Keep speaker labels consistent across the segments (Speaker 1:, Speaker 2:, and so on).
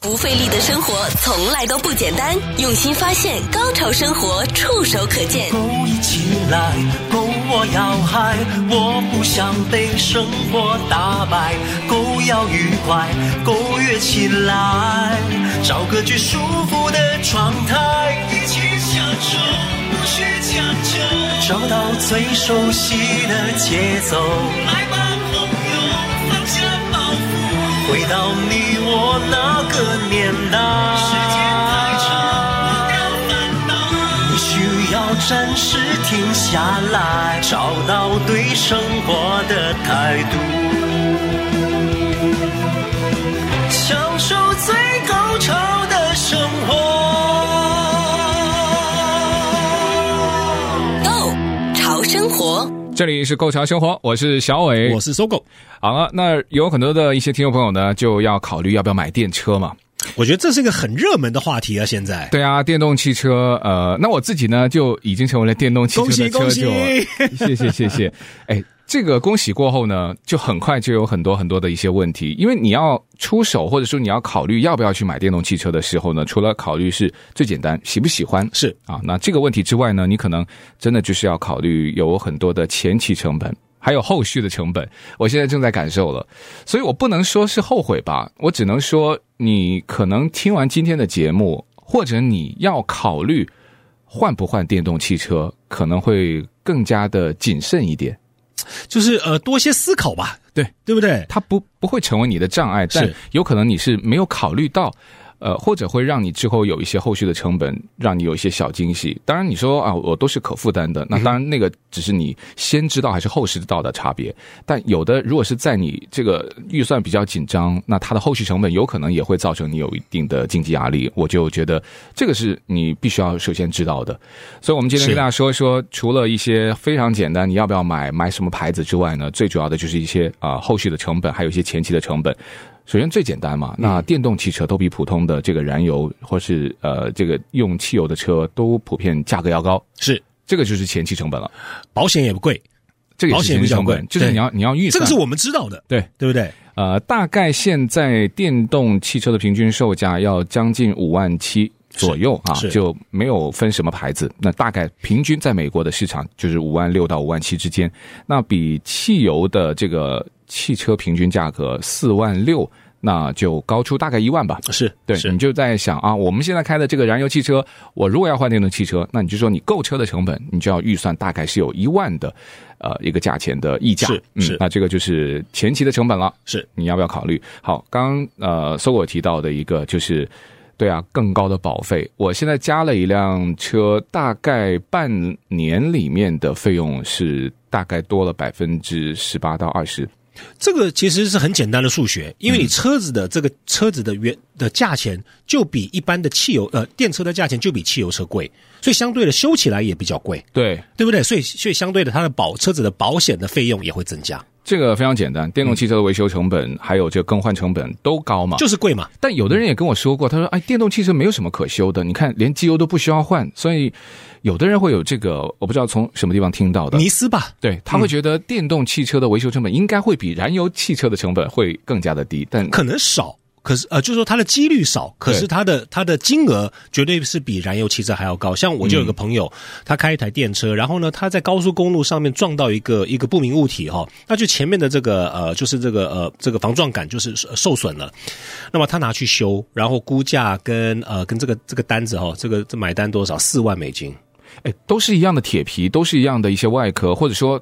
Speaker 1: 不费力的生活从来都不简单，用心发现，高潮生活触手可见。
Speaker 2: 勾一起来，勾我要嗨，我不想被生活打败，勾要愉快，勾跃起来，找个最舒服的状态，一起享受，不需强求，找到最熟悉的节奏，来吧，朋友，放下包袱，回到你我那个年代。时间太长，你需要暂时停下来，找到对生活的态度，享受最高潮的生活。
Speaker 1: Go，潮生活，
Speaker 3: 这里是购潮生活，我是小伟
Speaker 4: 我。是搜狗，
Speaker 3: 好了，那有很多的一些听众朋友呢，就要考虑要不要买电车嘛。
Speaker 4: 我觉得这是一个很热门的话题啊，现在。
Speaker 3: 对啊，电动汽车，呃，那我自己呢就已经成为了电动汽车的车
Speaker 4: 恭喜
Speaker 3: 主
Speaker 4: 恭，
Speaker 3: 谢谢谢 谢。哎，这个恭喜过后呢，就很快就有很多很多的一些问题，因为你要出手或者说你要考虑要不要去买电动汽车的时候呢，除了考虑是最简单喜不喜欢
Speaker 4: 是
Speaker 3: 啊，那这个问题之外呢，你可能真的就是要考虑有很多的前期成本。还有后续的成本，我现在正在感受了，所以我不能说是后悔吧，我只能说你可能听完今天的节目，或者你要考虑换不换电动汽车，可能会更加的谨慎一点。
Speaker 4: 就是呃多些思考吧，
Speaker 3: 对
Speaker 4: 对不对？
Speaker 3: 它不不会成为你的障碍，但
Speaker 4: 是
Speaker 3: 有可能你是没有考虑到，呃，或者会让你之后有一些后续的成本，让你有一些小惊喜。当然，你说啊，我都是可负担的，那当然那个只是你先知道还是后知道的差别。但有的如果是在你这个预算比较紧张，那它的后续成本有可能也会造成你有一定的经济压力。我就觉得这个是你必须要首先知道的。所以，我们今天
Speaker 4: 是
Speaker 3: 跟大家说一说，除了一些非常简单，你要不要买，买什么牌子之外呢，最主要的就是一些啊、呃后续的成本，还有一些前期的成本。首先最简单嘛，嗯那电动汽车都比普通的这个燃油或是呃这个用汽油的车都普遍价格要高，
Speaker 4: 是
Speaker 3: 这个就是前期成本了。
Speaker 4: 保险也不贵，
Speaker 3: 这个也是前期成
Speaker 4: 保险
Speaker 3: 本，
Speaker 4: 比较贵
Speaker 3: 就是你
Speaker 4: 对
Speaker 3: 要你要预
Speaker 4: 这
Speaker 3: 算
Speaker 4: 个是我们知道的，
Speaker 3: 对
Speaker 4: 对不对？
Speaker 3: 呃，大概现在电动汽车的平均售价要将近五万七左右啊，
Speaker 4: 是
Speaker 3: 就没有分什么牌子。那大概平均在美国的市场就是五万六到五万七之间，那比汽油的这个汽车平均价格四万六，那就高出大概一万吧。
Speaker 4: 是
Speaker 3: 对，
Speaker 4: 是
Speaker 3: 你就在想啊，我们现在开的这个燃油汽车，我如果要换电动汽车，那你就说你购车的成本，你就要预算大概是有一万的，呃，一个价钱的溢价。
Speaker 4: 是是
Speaker 3: 嗯，那这个就是前期的成本了。
Speaker 4: 是
Speaker 3: 你要不要考虑？好，刚呃，搜狗提到的一个就是，对啊，更高的保费。我现在加了一辆车，大概半年里面的费用是大概多了百分之十八到二十。
Speaker 4: 这个其实是很简单的数学，因为
Speaker 3: 嗯
Speaker 4: 你车子的这个车子的原的价钱就比一般的汽油呃电车的价钱就比汽油车贵，所以相对的修起来也比较贵，
Speaker 3: 对，
Speaker 4: 对不对？所以所以相对的它的保车子的保险的费用也会增加，
Speaker 3: 这个非常简单，电动汽车的维修成本、还有这个更换成本都高嘛。
Speaker 4: 就是贵嘛。
Speaker 3: 但有的人也跟我说过，他说：“哎，电动汽车没有什么可修的，你看连机油都不需要换。”所以，有的人会有这个，我不知道从什么地方听到的。
Speaker 4: 尼斯吧，
Speaker 3: 对他会觉得
Speaker 4: 嗯
Speaker 3: 电动汽车的维修成本应该会比燃油汽车的成本会更加的低，但
Speaker 4: 可能少，可是呃，就是说它的几率少，可是
Speaker 3: 对
Speaker 4: 它的它的金额绝对是比燃油汽车还要高。像我就有个朋友，他开一台电车，然后呢，他在高速公路上面撞到一个一个不明物体哈、哦，那就前面的这个呃，就是这个呃这个防撞杆就是呃受损了，那么他拿去修，然后估价跟呃跟这个这个单子哈、哦，这个这买单多少？四万美金。
Speaker 3: 哎，都是一样的铁皮，都是一样的一些外壳，或者说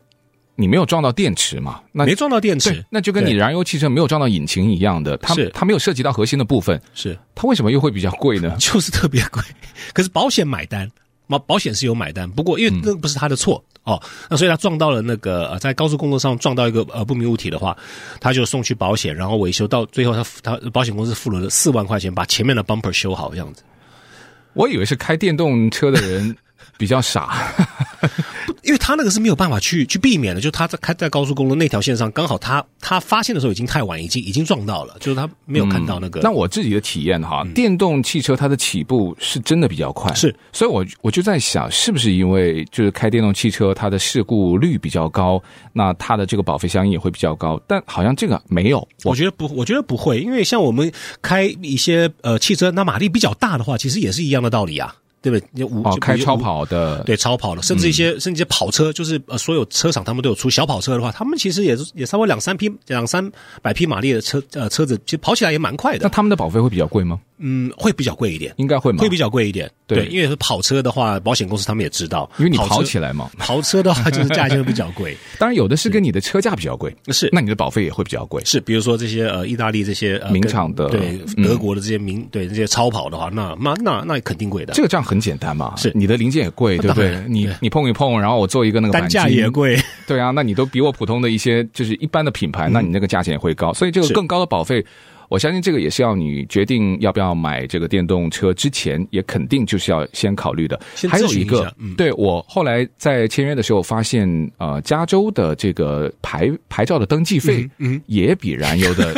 Speaker 3: 你没有撞到电池嘛？那
Speaker 4: 没撞到电
Speaker 3: 对
Speaker 4: 池，，
Speaker 3: 那就跟你
Speaker 4: 对
Speaker 3: 燃油汽车没有撞到引擎一样的，它
Speaker 4: 是
Speaker 3: 它没有涉及到核心的部分，
Speaker 4: 是
Speaker 3: 它为什么又会比较贵 呢？
Speaker 4: 就是特别贵。可是保险买单，保保险是有买单，不过因为那个不是他的错、哦，那所以他撞到了那个、呃、在高速公路上撞到一个呃不明物体的话，他就送去保险，然后维修，到最后他他保险公司付了四万块钱把前面的 bumper 修好这样子。
Speaker 3: 我以为是开电动车的人比较傻，
Speaker 4: 因为他那个是没有办法去去避免的，就他在开在高速公路那条线上，刚好他他发现的时候已经太晚，已经已经撞到了，就是他没有看到那
Speaker 3: 嗯
Speaker 4: 个。嗯
Speaker 3: 那我自己的体验哈，电动汽车它的起步是真的比较快，
Speaker 4: 是，
Speaker 3: 所以我我就在想，是不是因为就是开电动汽车它的事故率比较高，那它的这个保费相应也会比较高，但好像这个没有，
Speaker 4: 我觉得不，我觉得不会，因为像我们开一些呃汽车，那马力比较大的话，其实也是一样的道理啊，对不对？你五
Speaker 3: 哦，开超。
Speaker 4: 就比如
Speaker 3: 跑嗯的，
Speaker 4: 对超跑了，甚至一些、甚至一些跑车，就是呃，所有车厂他们都有出小跑车的话，他们其实也是也稍微两三匹两三百匹马力的车呃车子，其实跑起来也蛮快
Speaker 3: 那
Speaker 4: 的，
Speaker 3: 他们的保费会比较贵吗？
Speaker 4: 嗯，会比较贵一点，
Speaker 3: 应该会吗？
Speaker 4: 会比较贵一点，
Speaker 3: 对
Speaker 4: 对，因为是跑车的话，保险公司他们也知道，
Speaker 3: 因为你
Speaker 4: 跑车
Speaker 3: 跑起来嘛。
Speaker 4: 跑车的话就是价钱会比较 贵，
Speaker 3: 当然，有的是跟你的车价比较贵，
Speaker 4: 是
Speaker 3: 那你的保费也会比较贵。
Speaker 4: 是，比如说这些呃，意大利这些、呃、
Speaker 3: 名
Speaker 4: 跟
Speaker 3: 厂的
Speaker 4: 对
Speaker 3: 嗯
Speaker 4: 德国的这些名、对这些超跑的话，那那那那肯定贵的，
Speaker 3: 这个账很简单嘛，
Speaker 4: 是
Speaker 3: 你的零件也贵，
Speaker 4: 那
Speaker 3: 对不
Speaker 4: 当
Speaker 3: 对？
Speaker 4: 然
Speaker 3: 你
Speaker 4: 对
Speaker 3: 你碰一碰，然后我做一个那个
Speaker 4: 单价
Speaker 3: 钣金
Speaker 4: 也，贵，
Speaker 3: 对啊，那你都比我普通的一些就是一般的品牌，那你那个价钱也会高，所以这个
Speaker 4: 嗯是
Speaker 3: 更高的保费，我相信这个也是要你决定要不要买这个电动车之前，也肯定就是要先考虑的。
Speaker 4: 先
Speaker 3: 还有
Speaker 4: 咨询
Speaker 3: 一
Speaker 4: 一
Speaker 3: 个
Speaker 4: 下，嗯
Speaker 3: 对我后来在签约的时候发现，呃，加州的这个牌牌照的登记费，嗯，也比燃油的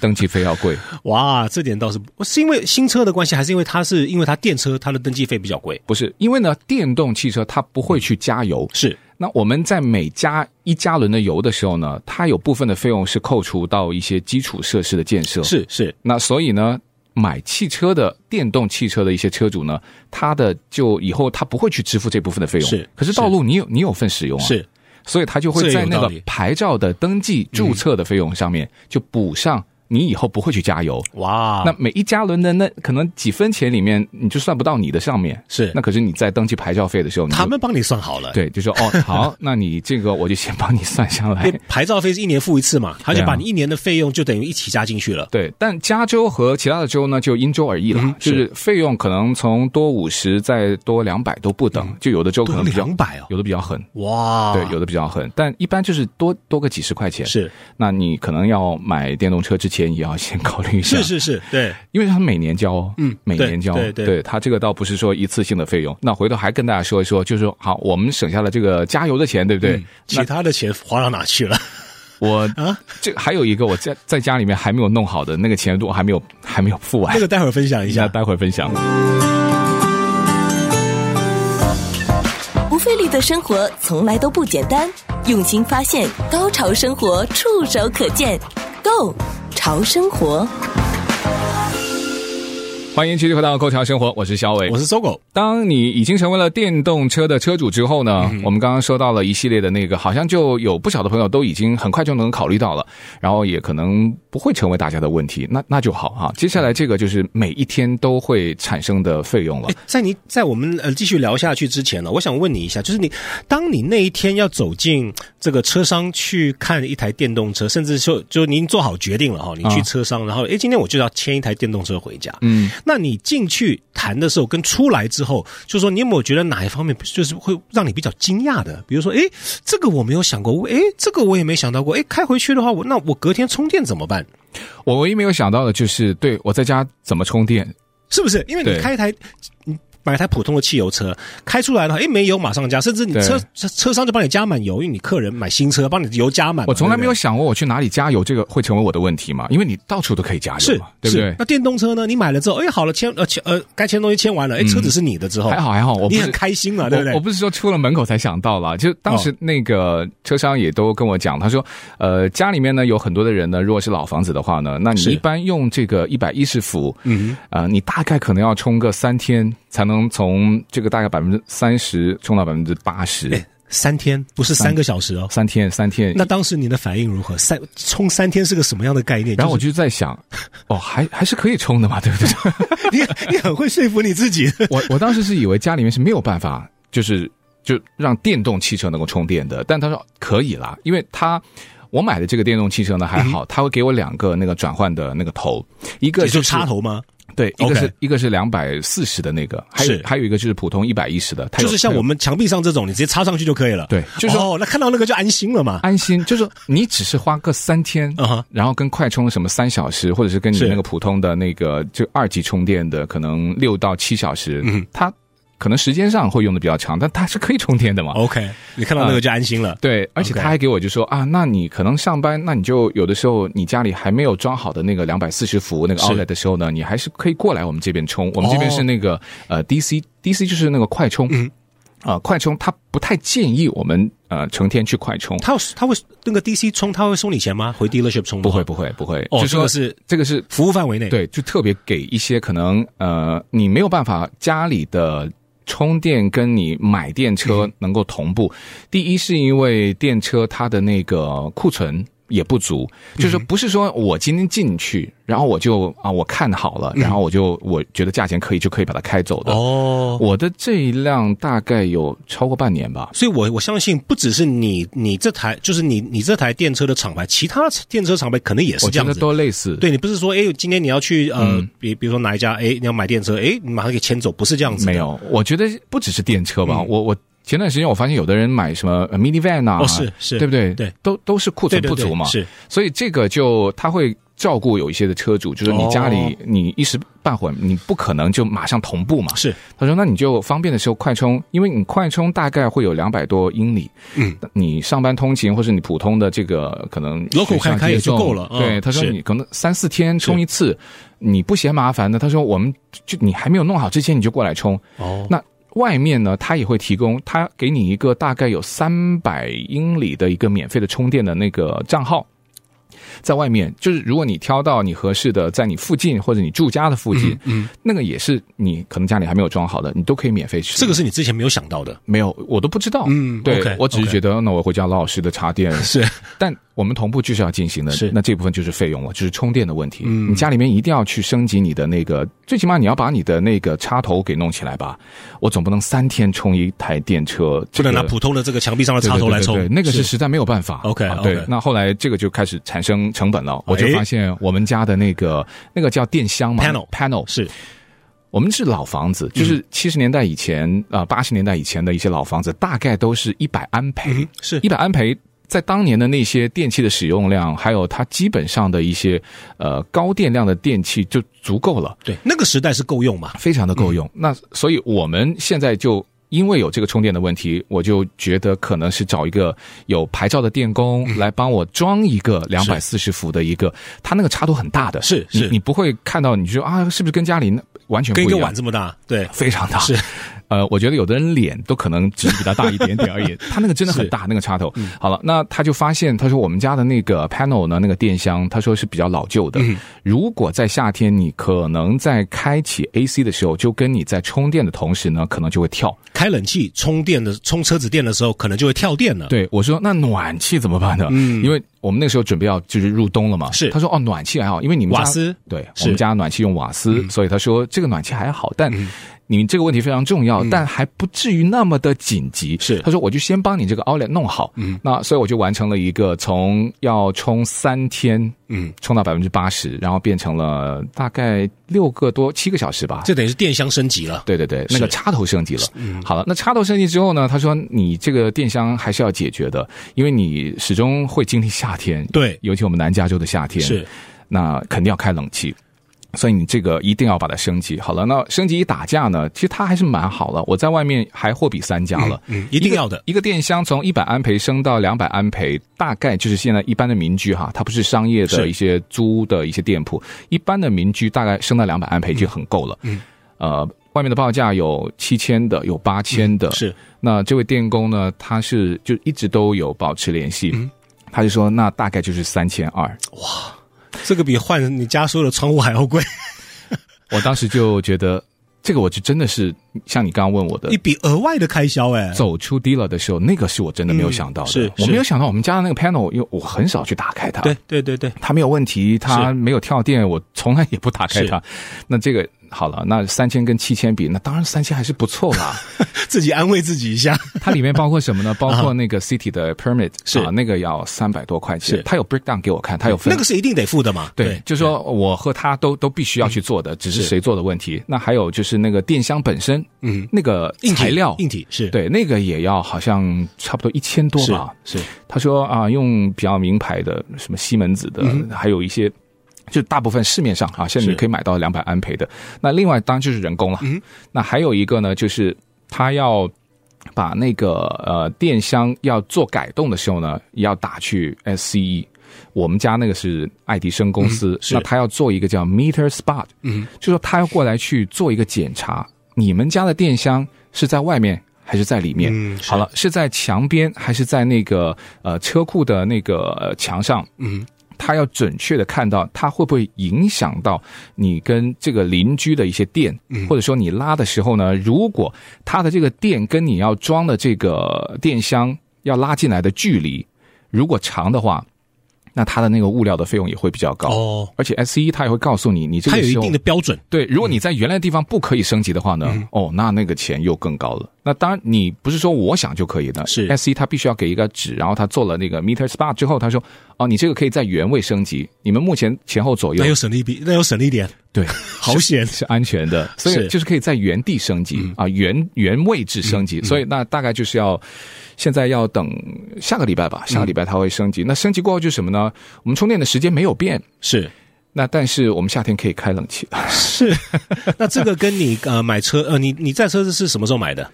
Speaker 3: 登记费要贵。
Speaker 4: 哇，这点倒是是因为新车的关系，还是因为它是因为它电车它的登记费比较贵？
Speaker 3: 不是，因为呢，电动汽车它不会去加油。
Speaker 4: 是
Speaker 3: 那我们在每加一加仑的油的时候呢，它有部分的费用是扣除到一些基础设施的建设。，
Speaker 4: 是是，
Speaker 3: 那所以呢，买汽车的电动汽车的一些车主呢，他的就以后他不会去支付这部分的费用。
Speaker 4: 是
Speaker 3: 可是道路你有你有份使用啊，，
Speaker 4: 是
Speaker 3: 所以他就会
Speaker 4: 这
Speaker 3: 在
Speaker 4: 有
Speaker 3: 那
Speaker 4: 道
Speaker 3: 个
Speaker 4: 理嗯
Speaker 3: 牌照的登记注册的费用上面就补上你以后不会去加油。
Speaker 4: 哇，
Speaker 3: 那每一加仑的那可能几分钱里面，你就算不到你的上面。
Speaker 4: 是
Speaker 3: 那可是你在登记牌照费的时候，你就
Speaker 4: 他们帮你算好了，，
Speaker 3: 对就说哦 好，那你这个我就先帮你算下来
Speaker 4: 因为。牌照费是一年付一次嘛，他
Speaker 3: 哎对
Speaker 4: 就
Speaker 3: 啊
Speaker 4: 把你一年的费用就等于一起加进去了。
Speaker 3: 对，但加州和其他的州呢，就因州而异了，
Speaker 4: 嗯
Speaker 3: 就是是费用可能从多五十再多两百都不等，就有的州可能比较
Speaker 4: 嗯多200哦
Speaker 3: 有的比较狠，
Speaker 4: 哇，
Speaker 3: 对，有的比较狠，但一般就是多多个几十块钱。，
Speaker 4: 是
Speaker 3: 那你可能要买电动车之前，也要先考虑一下，
Speaker 4: 是是是，对，
Speaker 3: 因为它每年交哦，
Speaker 4: 嗯
Speaker 3: 每年交，
Speaker 4: 对对对
Speaker 3: 它这个倒不是说一次性的费用。那回头还跟大家说一说，就是说，好，我们省下了这个加油的钱，对不对？
Speaker 4: 嗯其他的钱花到哪去 了？
Speaker 3: 我
Speaker 4: 啊
Speaker 3: 这还有一个我在在家里面还没有弄好的那个钱，我还没有还没有付完
Speaker 4: 那， 个待会儿分享一
Speaker 3: 那
Speaker 4: 下。
Speaker 3: 待会儿分享。
Speaker 1: 不费力的生活从来都不简单，用心发现，高潮生活触手可见 g o 潮生活。
Speaker 3: 欢迎继续回到《购桥生活》，我是小伟，
Speaker 4: 我是搜狗，
Speaker 3: 当你已经成为了电动车的车主之后呢，
Speaker 4: 嗯
Speaker 3: 我们刚刚说到了一系列的那个，好像就有不少的朋友都已经很快就能考虑到了，然后也可能不会成为大家的问题，那那就好哈、接下来这个就是每一天都会产生的费用了
Speaker 4: 哎。在你在我们呃继续聊下去之前呢，我想问你一下，就是你当你那一天要走进这个车商去看一台电动车，甚至说就您做好决定了哈，你去
Speaker 3: 啊
Speaker 4: 车商，然后哎今天我就要签一台电动车回家，
Speaker 3: 嗯，
Speaker 4: 那你进去谈的时候跟出来之后，就说你有没有觉得哪一方面就是会让你比较惊讶的？比如说，哎，这个我没有想过，哎，这个我也没想到过，哎，开回去的话，我那我隔天充电怎么办？
Speaker 3: 我唯一没有想到的就是，对我在家怎么充电？
Speaker 4: 是不是？因为你
Speaker 3: 对
Speaker 4: 开一台，你买一台普通的汽油车，开出来了，哎，没油马上加，甚至你
Speaker 3: 对
Speaker 4: 车车车商就帮你加满油，因为你客人买新车，帮你油加满嘛。
Speaker 3: 我从来没有
Speaker 4: 对
Speaker 3: 想过我去哪里加油，这个会成为我的问题嘛？因为你到处都可以加
Speaker 4: 不对
Speaker 3: 油
Speaker 4: 是
Speaker 3: 嘛，对不
Speaker 4: 是
Speaker 3: 对？
Speaker 4: 那电动车呢？你买了之后，哎，好了，签呃签呃，该签的东西签完了，哎，车子是你的之后，
Speaker 3: 嗯还好还好，我不
Speaker 4: 你
Speaker 3: 是
Speaker 4: 很开心啊嘛，对不对哦
Speaker 3: 我？我不是说出了门口才想到了，就当时那个车商也都跟我讲，他说，呃，家里面呢有很多的人呢，如果是老房子的话呢，那你
Speaker 4: 是
Speaker 3: 一般用这个一百一十伏，嗯，呃，你大概可能要充个三天，才能从这个大概百分之三十充到百分之八十
Speaker 4: 哎。三天不是三个小时哦。
Speaker 3: 三天，三天。
Speaker 4: 那当时你的反应如何？三充三天是个什么样的概念？
Speaker 3: 然后我
Speaker 4: 就
Speaker 3: 就在想，哦，还还是可以充的嘛，对不对？
Speaker 4: 是你你 很会说服你 自己。
Speaker 3: 我我当时是以为家里面是没有办法，就是就让电动汽车能够充电的，但他说可以啦，因为他。我买的这个电动汽车呢
Speaker 4: 嗯
Speaker 3: 还好，它会给我两个那个转换的那个头，一个
Speaker 4: 你就是插，头吗？
Speaker 3: 对，一个
Speaker 4: OK
Speaker 3: 是一个是两百四十的那个，还有
Speaker 4: 是
Speaker 3: 还有一个就是普通一百一十的，它有
Speaker 4: 就是像我们墙壁上这种，你直接插上去就可以了。
Speaker 3: 对就是说
Speaker 4: 哦，那看到那个就安心了嘛。
Speaker 3: 安心，就是说你只是花个三天
Speaker 4: 嗯哼，
Speaker 3: 然后跟快充什么三小时，或者是跟你
Speaker 4: 是嗯
Speaker 3: 那个普通的那个就二级充电的可能六到七小时，它可能时间上会用的比较长，但它是可以充电的嘛。
Speaker 4: OK，你看到
Speaker 3: 啊
Speaker 4: 那个就安心了。
Speaker 3: 对，而且
Speaker 4: OK
Speaker 3: 他还给我就说啊，那你可能上班，那你就有的时候你家里还没有装好的那个两百四十伏那个
Speaker 4: 是
Speaker 3: outlet 的时候呢，你还是可以过来我们这边充。我们这边
Speaker 4: 哦
Speaker 3: 是那个、呃 DC DC 就是那个快充，嗯，啊、快充它不太建议我们呃成天去快充，
Speaker 4: 他他会那个 DC 充，他会收你钱吗？回 dealership 充的
Speaker 3: 不
Speaker 4: 话
Speaker 3: 会不会不会，
Speaker 4: 哦
Speaker 3: 就
Speaker 4: 这
Speaker 3: 说
Speaker 4: 个是
Speaker 3: 这个是
Speaker 4: 服务范围内。，
Speaker 3: 对，就特别给一些可能呃，你没有办法家里的充电跟你买电车
Speaker 4: 嗯
Speaker 3: 能够同步。第一是因为电车它的那个库存。也不足，
Speaker 4: 嗯
Speaker 3: 就是说不是说我今天进去，然后我就啊，我看好了，然后我就我觉得价钱可以，就可以把它开走的。
Speaker 4: 嗯哦，
Speaker 3: 我的这一辆大概有超过半年吧，
Speaker 4: 所以我我相信不只是你你这台，就是你你这台电车的厂牌，其他电车厂牌可能也是
Speaker 3: 我
Speaker 4: 这
Speaker 3: 觉
Speaker 4: 样
Speaker 3: 得
Speaker 4: 子。
Speaker 3: 都类嗯似。
Speaker 4: 对你不是说，哎，今天你要去呃，比比如说哪一家，哎，你要买电车，哎，你马上给牵走，不是这样子的。嗯
Speaker 3: 没有，我觉得不只是电车吧，我我前段时间我发现有的人买什么呃 minivan 啊，
Speaker 4: 哦是是
Speaker 3: 对不对？
Speaker 4: 对，
Speaker 3: 都都是库
Speaker 4: 对，
Speaker 3: 存
Speaker 4: 对
Speaker 3: 不足嘛，
Speaker 4: 对是
Speaker 3: 所以这个就他会照顾有一些的车主，就是你家里
Speaker 4: 哦
Speaker 3: 你一时半会儿你不可能就马上同步嘛，
Speaker 4: 是，
Speaker 3: 他说：“那你就方便的时候快充，因为你快充大概会有两百多英里。
Speaker 4: 嗯，
Speaker 3: 你上班通勤或是你普通的这个可能
Speaker 4: Local
Speaker 3: 学校
Speaker 4: 开开也
Speaker 3: 接种
Speaker 4: 就够了嗯
Speaker 3: 对，他说
Speaker 4: 是
Speaker 3: 你可能三四天充一次，你不嫌麻烦的。他说我们就你还没有弄好之前你就过来充。
Speaker 4: 哦，
Speaker 3: 那外面呢，他也会提供，他给你一个大概有三百英里的一个免费的充电的那个账号。”在外面，就是如果你挑到你合适的，在你附近或者你住家的附近，嗯，那个也是你可能家里还没有装好的，你都可以免费使用。
Speaker 4: 这个是你之前没有想到的。
Speaker 3: 没有，我都不知道。
Speaker 4: 嗯
Speaker 3: 对
Speaker 4: OK，
Speaker 3: 我只是觉得，那我回家老老实的插电。
Speaker 4: 是，
Speaker 3: 但我们同步就是要进行的，
Speaker 4: 是嗯
Speaker 3: 那这部分就是费用了，就是充电的问题。你家里面一定要去升级你的那个，最起码你要把你的那个插头给弄起来吧。我总不能三天充一台电车，
Speaker 4: 不
Speaker 3: 这
Speaker 4: 能
Speaker 3: 个
Speaker 4: 拿普通的这个墙壁上的
Speaker 3: 对
Speaker 4: 插头
Speaker 3: 对
Speaker 4: 来
Speaker 3: 对
Speaker 4: 充
Speaker 3: 对，那个是实在没有办法。
Speaker 4: OK，
Speaker 3: 啊对
Speaker 4: OK，哎
Speaker 3: 那后来这个就开始产生成本了，我就发现我们家的那个那个叫电箱嘛
Speaker 4: Panel
Speaker 3: panel
Speaker 4: 是
Speaker 3: 我们是老房子，
Speaker 4: 嗯
Speaker 3: 就是七十年代以前啊，八十、年代以前的一些老房子，大概都是一百安培
Speaker 4: 嗯，是
Speaker 3: 一百、安培。在当年的那些电器的使用量，还有它基本上的一些呃高电量的电器就足够了，
Speaker 4: 对那个时代是够用嘛？
Speaker 3: 非常的够
Speaker 4: 嗯
Speaker 3: 用。那所以我们现在就因为有这个充电的问题，我就觉得可能是找一个有牌照的电工
Speaker 4: 嗯
Speaker 3: 来帮我装一个两百四十伏的一个，它那个插头很大的，
Speaker 4: 是
Speaker 3: 你
Speaker 4: 是
Speaker 3: 你不会看到你就啊是不是跟家里那完全不
Speaker 4: 跟
Speaker 3: 一
Speaker 4: 一
Speaker 3: 样
Speaker 4: 个碗这么大，对，
Speaker 3: 非常大。
Speaker 4: 是，
Speaker 3: 呃，我觉得有的人脸都可能只是比他大一点点而已。他那个真的很大，那个插头。好了，那他就发现，他说我们家的那个 panel 呢，那个电箱，他说是比较老旧的。如果在夏天，你可能在开启 AC 的时候，就跟你在充电的同时呢，可能就会跳。
Speaker 4: 开冷气充电的充车子电的时候，可能就会跳电了。
Speaker 3: 对我说，那暖气怎么办呢？因为我们那时候准备要就是入冬了嘛。
Speaker 4: 嗯是
Speaker 3: 他说哦，暖气还好，因为你们家
Speaker 4: 瓦斯
Speaker 3: 对，
Speaker 4: 是嗯
Speaker 3: 我们家暖气用瓦斯，所以他说这个暖气还好，但你这个问题非常重要，但还不至于那么的紧急。
Speaker 4: 嗯是嗯
Speaker 3: 他说我就先帮你这个 outlet 弄好，那所以我就完成了一个从要充三天，
Speaker 4: 嗯，
Speaker 3: 充到百分之八十，然后变成了大概六个多七个小时吧，
Speaker 4: 这等于是电箱升级了。
Speaker 3: 对对对，
Speaker 4: 是嗯
Speaker 3: 那个插头升级了。好了，那插头升级之后呢？他说你这个电箱还是要解决的，因为你始终会经历夏天，
Speaker 4: 对
Speaker 3: 尤其我们南加州的夏天，
Speaker 4: 是
Speaker 3: 那肯定要开冷气。所以你这个一定要把它升级好了。那升级一打架呢，其实它还是蛮好了。我在外面还货比三家了，
Speaker 4: 嗯嗯一定
Speaker 3: 个
Speaker 4: 要的
Speaker 3: 一个电箱从一百安培升到两百安培，大概就是现在一般的民居哈，它不是商业的
Speaker 4: 是
Speaker 3: 一些租的一些店铺，一般的民居大概升到两百安培就很够了。嗯，呃，外面的报价有七千的，有八千的、
Speaker 4: 嗯是
Speaker 3: 那这位电工呢，他是就一直都有保持联系，
Speaker 4: 嗯
Speaker 3: 他就说那大概就是三千二。
Speaker 4: 这个比换你家所有的窗户还要贵，
Speaker 3: 我当时就觉得这个我就真的是像你刚刚问我的
Speaker 4: 一。笔额外的开销哎。
Speaker 3: 走出 dealer 的时候，那个是我真的没有想到的。
Speaker 4: 嗯是
Speaker 3: 我
Speaker 4: 是
Speaker 3: 没有想到我们家的那个 panel，因为我很少去打开它。
Speaker 4: 对对对 对，
Speaker 3: 它没有问题，它没有跳电，我从来也不打开它。那这个好了，那三千跟七千比，那当然三千还是不错啦。
Speaker 4: 自己安慰自己一下。
Speaker 3: 它里面包括什么 呢？包括那个 city 的 permit
Speaker 4: 是
Speaker 3: 啊，那个要三百多块钱
Speaker 4: 是。
Speaker 3: 它有 breakdown 给我看，它有分
Speaker 4: 那个是一定得付的嘛。
Speaker 3: 对，就说我和他都都必须要去做的，只是
Speaker 4: 是
Speaker 3: 谁做的问题。那还有就是那个电箱本身，嗯，那个
Speaker 4: 硬体
Speaker 3: 材料，
Speaker 4: 硬体是
Speaker 3: 对，那个也要好像差不多一千多
Speaker 4: 是
Speaker 3: 吧。
Speaker 4: 是
Speaker 3: 他说啊，用比较名牌的，什么西门子的，还有一些。就大部分市面上啊，现在你
Speaker 4: 是
Speaker 3: 可以买到两百安培的。那另外当然就是人工了。那还有一个呢，就是它要。把那个呃电箱要做改动的时候呢，也要打去 E SCE。我们家那个是爱迪生公司，
Speaker 4: 嗯是
Speaker 3: 那他要做一个叫 meter spot，嗯，就说他要过来去做一个检查，你们家的电箱是在外面还是在里面？
Speaker 4: 嗯是
Speaker 3: 好了，是在墙边还是在那个呃车库的那个、呃墙上？
Speaker 4: 嗯，
Speaker 3: 他要准确的看到它会不会影响到你跟这个邻居的一些电，
Speaker 4: 嗯
Speaker 3: 或者说你拉的时候呢，如果它的这个电跟你要装的这个电箱要拉进来的距离如果长的话，那它的那个物料的费用也会比较高。
Speaker 4: 哦，
Speaker 3: 而且 S 一它也会告诉你，你这
Speaker 4: 它
Speaker 3: 个
Speaker 4: 有一
Speaker 3: 时候
Speaker 4: 定的嗯标准，
Speaker 3: 对，如果你在原来的地方不可以升级的话呢，哦，那那个钱又更高了。那当然，你不是说我想就可以的，
Speaker 4: 是
Speaker 3: S 一它必须要给一个纸，然后他做了那个 meter spa 之后，他说，哦，你这个可以在原位升级，你们目前前后左右
Speaker 4: 那又省了一笔，那又省了一点，
Speaker 3: 对，
Speaker 4: 好险
Speaker 3: 是安全的， 所以
Speaker 4: 是嗯
Speaker 3: 就是可以在原地升级啊，原原位置升级，所以那大概就是要现在要等下个礼拜
Speaker 4: 嗯
Speaker 3: 吧，下个礼拜它会升级。那升级过后就是什么呢？我们充电的时间没有变，
Speaker 4: 是
Speaker 3: 那但是我们夏天可以开冷气。
Speaker 4: 是。 那这个跟你呃买车呃，你你这车子是什么时候买的？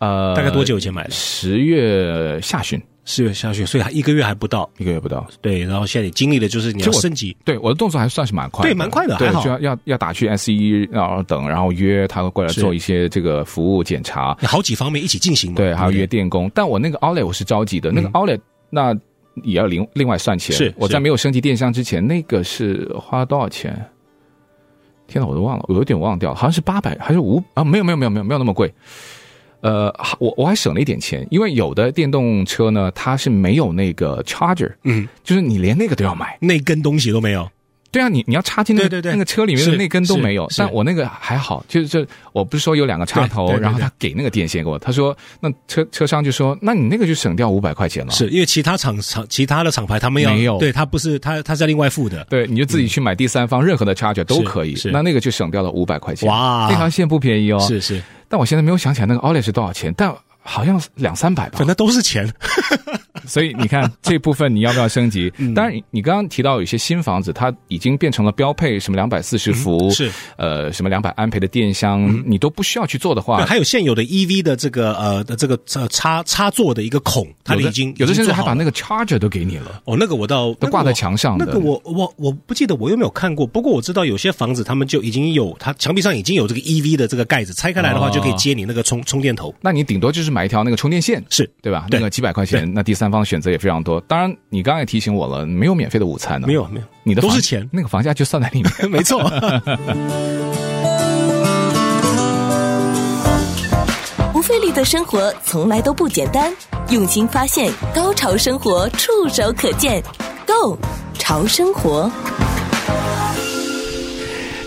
Speaker 3: 呃，
Speaker 4: 大概多久以前买的？
Speaker 3: 十月下旬，
Speaker 4: 四月下旬，所以还一个月还不到。
Speaker 3: 一个月不到。
Speaker 4: 对，然后现在你经历的就是你要
Speaker 3: 其实我
Speaker 4: 升级，
Speaker 3: 对我的动作还算是蛮快的，
Speaker 4: 对蛮快的
Speaker 3: 对
Speaker 4: 还，好
Speaker 3: 就要要要打去 S 一，然后等，然后约他过来
Speaker 4: 是
Speaker 3: 做一些这个服务检查，
Speaker 4: 你好几方面一起进行嘛。嗯
Speaker 3: 对，还有
Speaker 4: 不
Speaker 3: 约电工。但我那个 Outlet 我是着急的，那个 Outlet 那也要另另外算钱。
Speaker 4: 是
Speaker 3: 我
Speaker 4: 是
Speaker 3: 在没有升级电箱之前，那个是花了多少钱？天哪，我都忘了，我有点忘掉了，好像是八百还是五啊？没有没有没有没有没有那么贵。呃，我我还省了一点钱，因为有的电动车呢，它是没有那个 charger，
Speaker 4: 嗯，
Speaker 3: 就是你连那个都要买。
Speaker 4: 那根东西都没有。
Speaker 3: 对啊，你你要插进那个
Speaker 4: 对对对
Speaker 3: 那个车里面的
Speaker 4: 是
Speaker 3: 那根都
Speaker 4: 是
Speaker 3: 没有，
Speaker 4: 是
Speaker 3: 但我那个还好，就是这我不是说有两个插头，
Speaker 4: 对对对
Speaker 3: 然后他给那个电线给我，他说那车车商就说那你那个就省掉五百块钱了，
Speaker 4: 是因为其他厂厂其他的厂牌他们要
Speaker 3: 啊没有
Speaker 4: 对他不是他他是要另外付的。
Speaker 3: 对，你就自己去买第三方任何的 charger 都可以
Speaker 4: 是，是
Speaker 3: 那那个就省掉了五百块钱，
Speaker 4: 哇
Speaker 3: 那条线不便宜哦，
Speaker 4: 是，是，
Speaker 3: 但我现在没有想起来那个 Olay 是多少钱，但好像两三百吧
Speaker 4: 反，正都是钱。
Speaker 3: 所以你看这部分你要不要升 级？
Speaker 4: 嗯
Speaker 3: 当然，你刚刚提到有些新房子，它已经变成了标配，什么两百四十伏，
Speaker 4: 嗯是嗯
Speaker 3: 呃，什么两百安培的电箱，你都不需要去做的
Speaker 4: 对，
Speaker 3: 话，
Speaker 4: 还有现有的 EV 的这个呃的这个呃插插座的一个孔，它
Speaker 3: 有的
Speaker 4: 已经
Speaker 3: 有的甚至还把那
Speaker 4: 个
Speaker 3: 个 charger 都给你了。
Speaker 4: 哦那个我倒
Speaker 3: 都挂在墙上的
Speaker 4: 那个我我我不记得我有没有看过，不过我知道有些房子他们就已经有它墙壁上已经有这个 EV 的这个盖子，拆开来的话
Speaker 3: 哦啊
Speaker 4: 就可以接你那个充充电头。
Speaker 3: 那你顶多就是买一条那个充电线，
Speaker 4: 是
Speaker 3: 对吧？
Speaker 4: 对
Speaker 3: 那个几百块钱，那第三方选择也非常多。当然，你刚刚也提醒我了，没有免费的午餐呢，啊
Speaker 4: 没有，没有，
Speaker 3: 你的
Speaker 4: 都
Speaker 3: 房，
Speaker 4: 是钱
Speaker 3: 那个房价就算在里面。
Speaker 4: 没错。
Speaker 1: 不费力的生活从来都不简单，用心发现，高潮生活触手可见 Go 潮生活，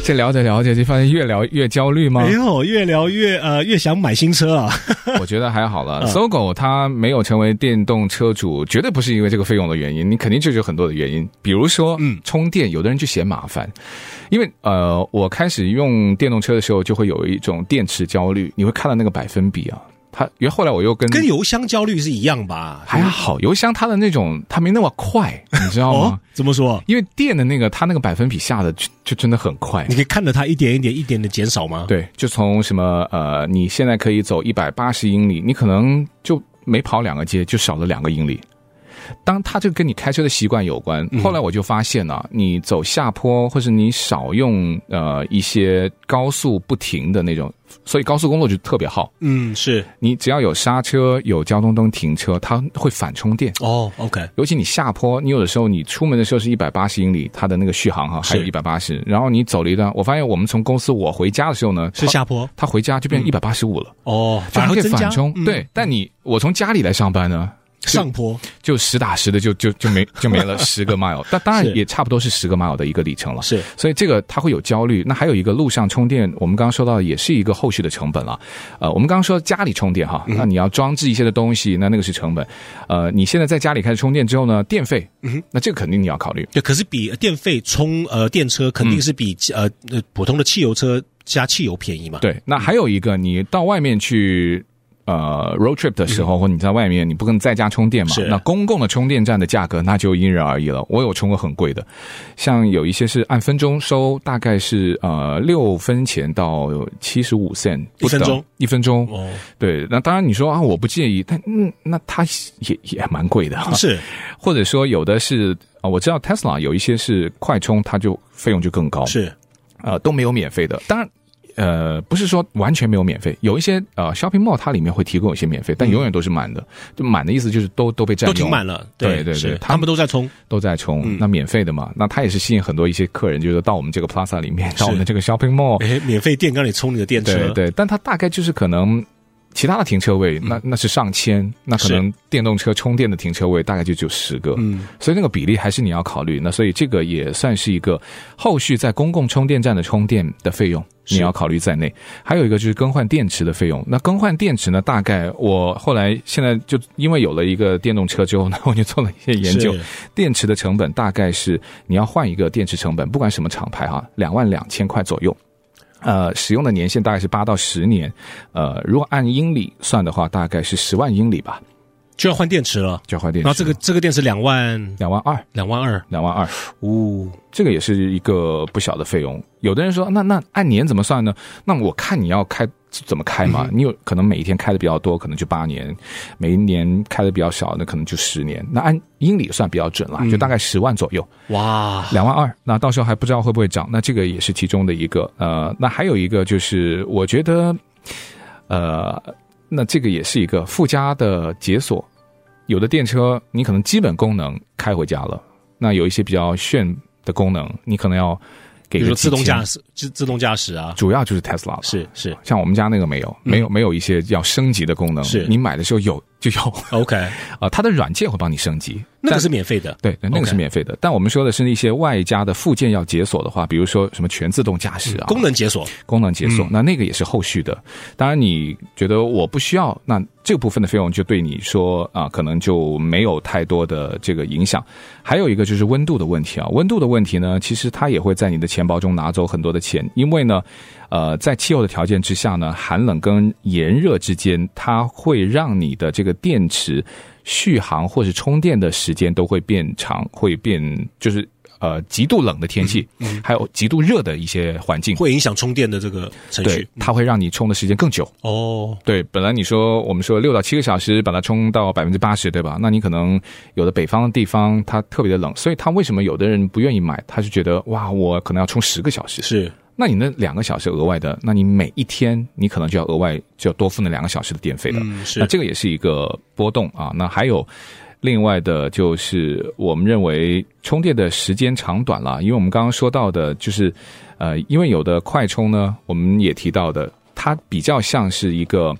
Speaker 3: 这聊着聊着就发现越聊越焦虑吗
Speaker 4: 哎？呦，越聊越呃越想买新车啊！
Speaker 3: 我觉得还好了。搜狗它没有成为电动车主，绝对不是因为这个费用的原因，你肯定就有很多的原因，比如说，嗯，充电，有的人就嫌麻烦，因为呃，我开始用电动车的时候，就会有一种电池焦虑，你会看到那个百分比啊，它，因为后来我又跟
Speaker 4: 跟油箱焦虑是一样吧？
Speaker 3: 嗯还好，油箱它的那种它没那么快，你知道吗？
Speaker 4: 哦，怎么说？
Speaker 3: 因为电的那个它那个百分比下的就就真的很快
Speaker 4: 你。可以看着它一点一点一点的减少吗？，
Speaker 3: 对，就从什么呃，你现在可以走一百八十英里，你可能就没跑两个街，就少了两个英里。当它这个跟你开车的习惯有关。
Speaker 4: 嗯
Speaker 3: 后来我就发现啊，你走下坡或是你少用呃一些高速不停的那种，所以高速公路就特别耗。
Speaker 4: 嗯，是
Speaker 3: 你只要有刹车、有交通灯停车，它会反充电。
Speaker 4: 哦，OK，
Speaker 3: 尤其你下坡，你有的时候你出门的时候是一百八十英里，它的那个续航哈还有一
Speaker 4: 是
Speaker 3: 百八十，然后你走了一段，我发现我们从公司我回家的时候呢
Speaker 4: 是下坡
Speaker 3: 它回家就变成一百八十五了，
Speaker 4: 哦，
Speaker 3: 就
Speaker 4: 嗯反而
Speaker 3: 它可
Speaker 4: 会
Speaker 3: 以
Speaker 4: 增加
Speaker 3: 反冲，
Speaker 4: 嗯
Speaker 3: 对。但你我从家里来上班呢，
Speaker 4: 上坡
Speaker 3: 就实打实的就就就没就没了十个 mile，但当然
Speaker 4: 是
Speaker 3: 也差不多是十个 mile 的一个里程了。
Speaker 4: 是
Speaker 3: 所以这个它会有焦虑。那还有一个路上充电，我们刚刚说到的也是一个后续的成本了。呃，我们刚刚说家里充电
Speaker 4: 嗯
Speaker 3: 哈，那你要装置一些的东西，那那个是成本。呃，你现在在家里开始充电之后呢，电费，
Speaker 4: 嗯
Speaker 3: 那这个肯定你要考虑。
Speaker 4: 对，可是比电费充呃电车
Speaker 3: 嗯
Speaker 4: 肯定是比、呃呃普通的汽油车加汽油便宜嘛。，
Speaker 3: 对，那还有一个，你到外面去呃 road trip 的时候，或你在外面，你不可能在家充电嘛
Speaker 4: 嗯是？
Speaker 3: 那公共的充电站的价格那就因人而异了。我有充过很贵的，像有一些是按分钟收，大概是呃六分钱到七十五 cent 不等
Speaker 4: 一分钟，
Speaker 3: 一分钟。
Speaker 4: 哦，
Speaker 3: 对，那当然你说啊，我不介意，但嗯，那它也也蛮贵的哈。
Speaker 4: 是
Speaker 3: 或者说有的是啊、我知道 Tesla 有一些是快充，它就费用就更高，
Speaker 4: 是
Speaker 3: 呃都没有免费的。当然。呃，不是说完全没有免费，有一些呃 shopping mall 它里面会提供有些免费，但永远都是满的。就满的意思就是都都被占
Speaker 4: 嗯都
Speaker 3: 用，
Speaker 4: 停满了，
Speaker 3: 对对
Speaker 4: 是
Speaker 3: 对
Speaker 4: 他们都嗯在冲，
Speaker 3: 都在充。那免费的嘛，那它也是吸引很多一些客人，就是到我们这个 plaza 里面，到我们的这个 shopping mall，
Speaker 4: 哎，免费电让你充你的电
Speaker 3: 对
Speaker 4: 车，嗯
Speaker 3: 对，但它大概就是可能其他的停车位，那那是上千，那可
Speaker 4: 是
Speaker 3: 能电动车充电的停车位大概就只有十个，
Speaker 4: 嗯，
Speaker 3: 所以那个比例还是你要考虑。那所以这个也算是一个后续在公共充电站的充电的费用，你要考虑在内。还有一个就是更换电池的费用。那更换电池呢，大概我后来现在就因为有了一个电动车之后呢，我就做了一些研究
Speaker 4: 是，
Speaker 3: 电池的成本大概是你要换一个电池成本，不管什么厂牌哈，两万两千块左右。呃，使用的年限大概是八到十年，呃，如果按英里算的话，大概是十万英里吧，
Speaker 4: 就要换电池了。
Speaker 3: 就要换电池。
Speaker 4: 然后这个这个电池两万
Speaker 3: 两万二，
Speaker 4: 两万二，哦
Speaker 3: 两万二，
Speaker 4: 呜，
Speaker 3: 这个也是一个不小的费用。有的人说，那那按年怎么算呢？那我看你要开怎么开嘛。你有可能每一天开的比较多，可能就八年；每一年开的比较少，那可能就十年。那按英里算比较准了，就大概十万左右。
Speaker 4: 哇，
Speaker 3: 两万二，那到时候还不知道会不会涨，那这个也是其中的一个。呃，那还有一个就是，我觉得，呃，那这个也是一个附加的解锁。有的电车你可能基本功能开回家了，那有一些比较炫的功能，你可能要给
Speaker 4: 比如
Speaker 3: 个
Speaker 4: 说自动驾
Speaker 3: 驶，
Speaker 4: 驶，自自动驾驶啊，
Speaker 3: 主要就是 Tesla 了。
Speaker 4: 是是
Speaker 3: 像我们家那个没有，没有没有一些要升级的功能，
Speaker 4: 是
Speaker 3: 你买的时候有就 有啊、
Speaker 4: ，OK，
Speaker 3: 呃它的软件会帮你升级，
Speaker 4: 那
Speaker 3: 但
Speaker 4: 个是免费的，
Speaker 3: 对，对那个
Speaker 4: OK
Speaker 3: 是免费的。但我们说的是一些外加的附件要解锁的话，比如说什么全自动驾驶啊，
Speaker 4: 嗯功能解锁，
Speaker 3: 功能解锁，那那个也是后续的。当然，你觉得我不需要，那这部分的费用就对你说啊、可能就没有太多的这个影响。还有一个就是温度的问题啊，温度的问题呢，其实它也会在你的钱包中拿走很多的钱，因为呢，呃，在气候的条件之下呢，寒冷跟炎热之间，它会让你的这个电池续航或是充电的时间都会变长，会变就是。呃，极度冷的天气，还有极度热的一些环境，
Speaker 4: 会影响充电的这个程
Speaker 3: 对
Speaker 4: 序，，
Speaker 3: 它会让你充的时间更久。嗯
Speaker 4: 哦，
Speaker 3: 对，本来你说我们说六到七个小时把它充到百分之八十，对吧？那你可能有的北方的地方它特别的冷，所以它为什么有的人不愿意买？他是觉得哇，我可能要充十个小时。
Speaker 4: 是
Speaker 3: 那你那两个小时额外的，那你每一天你可能就要额外就要多付那两个小时的电费了。
Speaker 4: 嗯是
Speaker 3: 那这个也是一个波动啊。那还有另外的就是，我们认为充电的时间长短啦，因为我们刚刚说到的，就是呃，因为有的快充呢，我们也提到的，它比较像是一个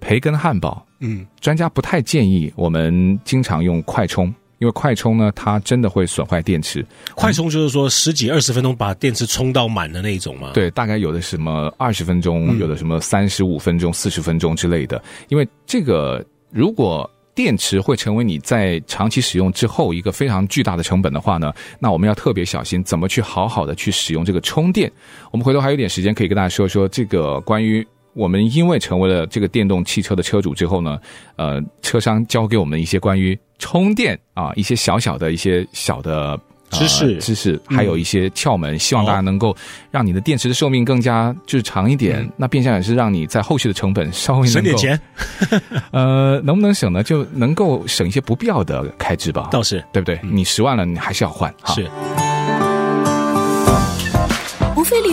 Speaker 3: 培根汉堡，
Speaker 4: 嗯
Speaker 3: 专家不太建议我们经常用快充。因为快充呢，它真的会损坏电池。
Speaker 4: 快充就是说十几二十分钟把电池充到满的那一种嘛，，
Speaker 3: 对，大概有的什么二十分
Speaker 4: 嗯
Speaker 3: 钟，有的什么三十五分钟、四十分钟之类的。因为这个，如果电池会成为你在长期使用之后一个非常巨大的成本的话呢，那我们要特别小心怎么去好好的去使用这个充电。我们回头还有点时间可以跟大家说说这个关于。我们因为成为了这个电动汽车的车主之后呢，呃，车商教给我们一些关于充电啊，一些小小的一些小的、呃
Speaker 4: 知识
Speaker 3: 知识，
Speaker 4: 嗯
Speaker 3: 还有一些窍门，希望大家能够让你的电池的寿命更加就是长一点。那变相也是让你在后续的成本稍微能够
Speaker 4: 嗯省点，钱
Speaker 3: 呃，能不能省呢？就能够省一些不必要的开支吧，
Speaker 4: 倒是
Speaker 3: 对不对？你十万了，你还是要换，哈
Speaker 4: 嗯是。
Speaker 1: 不费力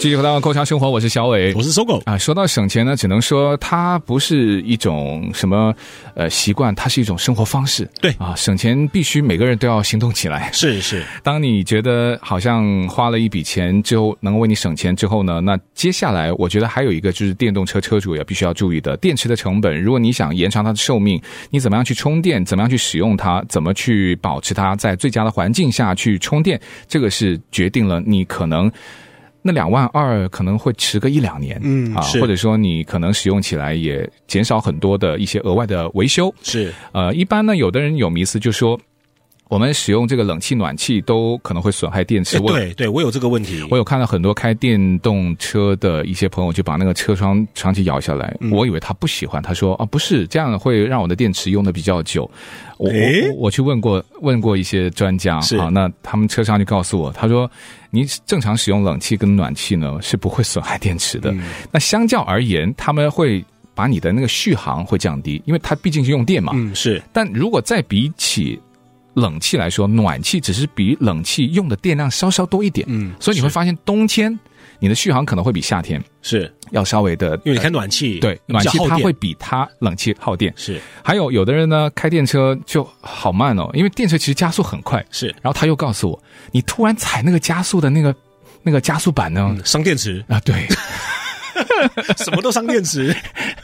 Speaker 3: 继续回到《扣强生活》，我是小伟，
Speaker 4: 我是搜狗，
Speaker 3: 啊，说到省钱呢，只能说它不是一种什么呃习惯，它是一种生活方式。
Speaker 4: 对
Speaker 3: 啊，省钱必须每个人都要行动起来。
Speaker 4: 是是
Speaker 3: 当你觉得好像花了一笔钱之后能为你省钱之后呢，那接下来我觉得还有一个就是电动车车主也必须要注意的，电池的成本。如果你想延长它的寿命，你怎么样去充电，怎么样去使用它，怎么去保持它在最佳的环境下去充电，这个是决定了你可能。那两万二可能会迟个一两年，
Speaker 4: 嗯
Speaker 3: 啊，
Speaker 4: 是
Speaker 3: 或者说你可能使用起来也减少很多的一些额外的维修，
Speaker 4: 是，
Speaker 3: 呃，一般呢，有的人有迷思，就说我们使用这个冷气、暖气都可能会损害电池。
Speaker 4: 哎
Speaker 3: 我
Speaker 4: 对对，我有这个问题。
Speaker 3: 我有看到很多开电动车的一些朋友，就把那个车窗长期摇下
Speaker 4: 嗯
Speaker 3: 来。我以为他不喜欢，他说啊，不是这样会让我的电池用的比较久。我
Speaker 4: 诶
Speaker 3: 我我去问过问过一些专家，
Speaker 4: 哎是
Speaker 3: 好，那他们车商就告诉我，他说你正常使用冷气跟暖气呢是不会损害电池的。
Speaker 4: 嗯
Speaker 3: 那相较而言，他们会。把你的那个续航会降低，因为它毕竟是用电嘛。
Speaker 4: 嗯，是
Speaker 3: 但如果再比起冷气来说，暖气只是比冷气用的电量稍稍多一点，
Speaker 4: 嗯
Speaker 3: 所以你会发现冬天你的续航可能会比夏天
Speaker 4: 是，
Speaker 3: 要稍微的，呃
Speaker 4: 因为你看暖气，
Speaker 3: 对
Speaker 4: 比较
Speaker 3: 暖气
Speaker 4: 耗
Speaker 3: 它
Speaker 4: 电
Speaker 3: 会比它冷气耗电。
Speaker 4: 是
Speaker 3: 还有有的人呢，开电车就好慢哦，因为电车其实加速很快，
Speaker 4: 是，
Speaker 3: 然后他又告诉我，你突然踩那个加速的那个那个加速板呢，，
Speaker 4: 嗯，伤电池
Speaker 3: 啊对，
Speaker 4: 什么都伤电池，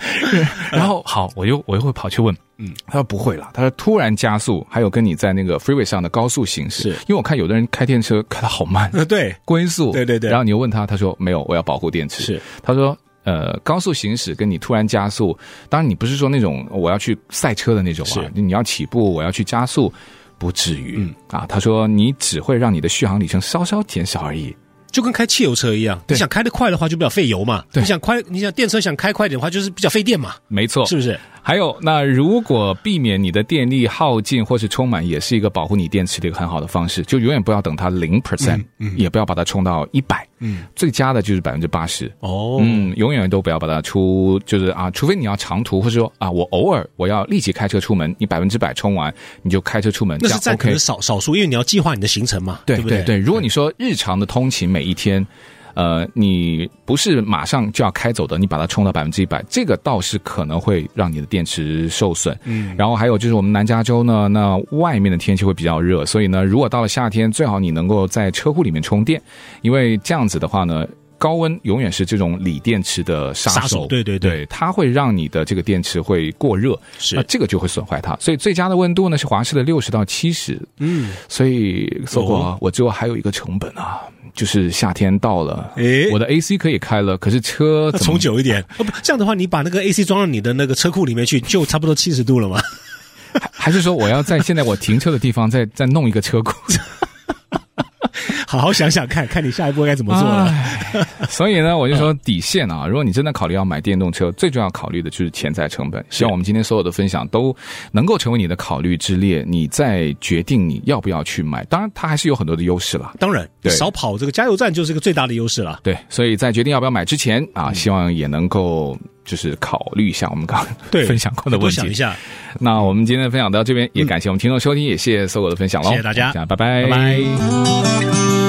Speaker 3: 然后好，我就我就会跑去问，嗯，他说不会啦，他说突然加速，还有跟你在那个 freeway 上的高速行驶，
Speaker 4: 是
Speaker 3: 因为我看有的人开电车开的好 慢，
Speaker 4: 呃， 对，
Speaker 3: 龟速，
Speaker 4: 对对对
Speaker 3: 然后你又问他，他说没有，我要保护电池，
Speaker 4: 是，
Speaker 3: 他说。呃，高速行驶跟你突然加速，当然你不是说那种我要去赛车的那种啊
Speaker 4: 是，
Speaker 3: 你要起步，我要去加速，不至于、
Speaker 4: 嗯
Speaker 3: 啊。他说你只会让你的续航里程稍稍减少而已。
Speaker 4: 就跟开汽油车一样，
Speaker 3: 对
Speaker 4: 你想开得快的话，就比较费油嘛；
Speaker 3: 对
Speaker 4: 你想快，你想电车想开快点的话，就是比较费电嘛，
Speaker 3: 没错，
Speaker 4: 是不是？
Speaker 3: 还有，那如果避免你的电力耗尽或是充满，也是一个保护你电池的一个很好的方式。就永远不要等它零 percent，也不要把它充到一百，
Speaker 4: 嗯，
Speaker 3: 最佳的就是百分之八十。
Speaker 4: 哦
Speaker 3: 嗯，永远都不要把它出，就是啊，除非你要长途，或者说啊，我偶尔我要立即开车出门，你百分之百充完，你就开车出门，
Speaker 4: 那
Speaker 3: 这
Speaker 4: 是
Speaker 3: 样
Speaker 4: 占可
Speaker 3: OK
Speaker 4: 能。少少数，因为你要计划你的行程嘛，
Speaker 3: 对
Speaker 4: 不
Speaker 3: 对对，如果你说日常的通勤每一天，呃，你不是马上就要开走的，你把它充到百分之一百，这个倒是可能会让你的电池受损。嗯，然后还有就是我们南加州呢，那外面的天气会比较热，所以呢，如果到了夏天，最好你能够在车库里面充电，因为这样子的话呢。高温永远是这种锂电池的杀手，
Speaker 4: 杀手对对对
Speaker 3: 对，它会让你的这个电池会过热，
Speaker 4: 是
Speaker 3: 那这个就会损坏它。所以最佳的温度呢是华氏的六十到七十，
Speaker 4: 嗯，
Speaker 3: 所以搜狗啊
Speaker 4: 哦，
Speaker 3: 我知道还有一个成本啊，就是夏天到了，
Speaker 4: 诶
Speaker 3: 我的 AC 可以开了，可是车
Speaker 4: 那
Speaker 3: 怎么
Speaker 4: 充？久一点，哦不，这样的话，你把那个 AC 装到你的那个车库里面去，就差不多七十度 了嘛。
Speaker 3: 还是说我要在现在我停车的地方再 再弄一个车库？
Speaker 4: 好好想想看看你下一步该怎么做了。
Speaker 3: 哎 所以呢，我就说底线啊，如果你真的考虑要买电动车，最重要考虑的就是潜在成本。希望我们今天所有的分享都能够成为你的考虑之列，你再决定你要不要去买。当然，它还是有很多的优势啦。
Speaker 4: 当然，
Speaker 3: 对
Speaker 4: 少跑这个加油站就是个最大的优势了。
Speaker 3: 对，所以在决定要不要买之前
Speaker 4: 嗯
Speaker 3: 啊，希望也能够就是考虑一下我们刚刚
Speaker 4: 对，
Speaker 3: 分享过的
Speaker 4: 多
Speaker 3: 问题
Speaker 4: 想一。下。
Speaker 3: 那我们今天嗯的分享到这边，也感谢我们听众收听，也谢谢搜狗的分享喽，
Speaker 4: 谢谢大家
Speaker 3: 拜拜，
Speaker 4: 拜拜。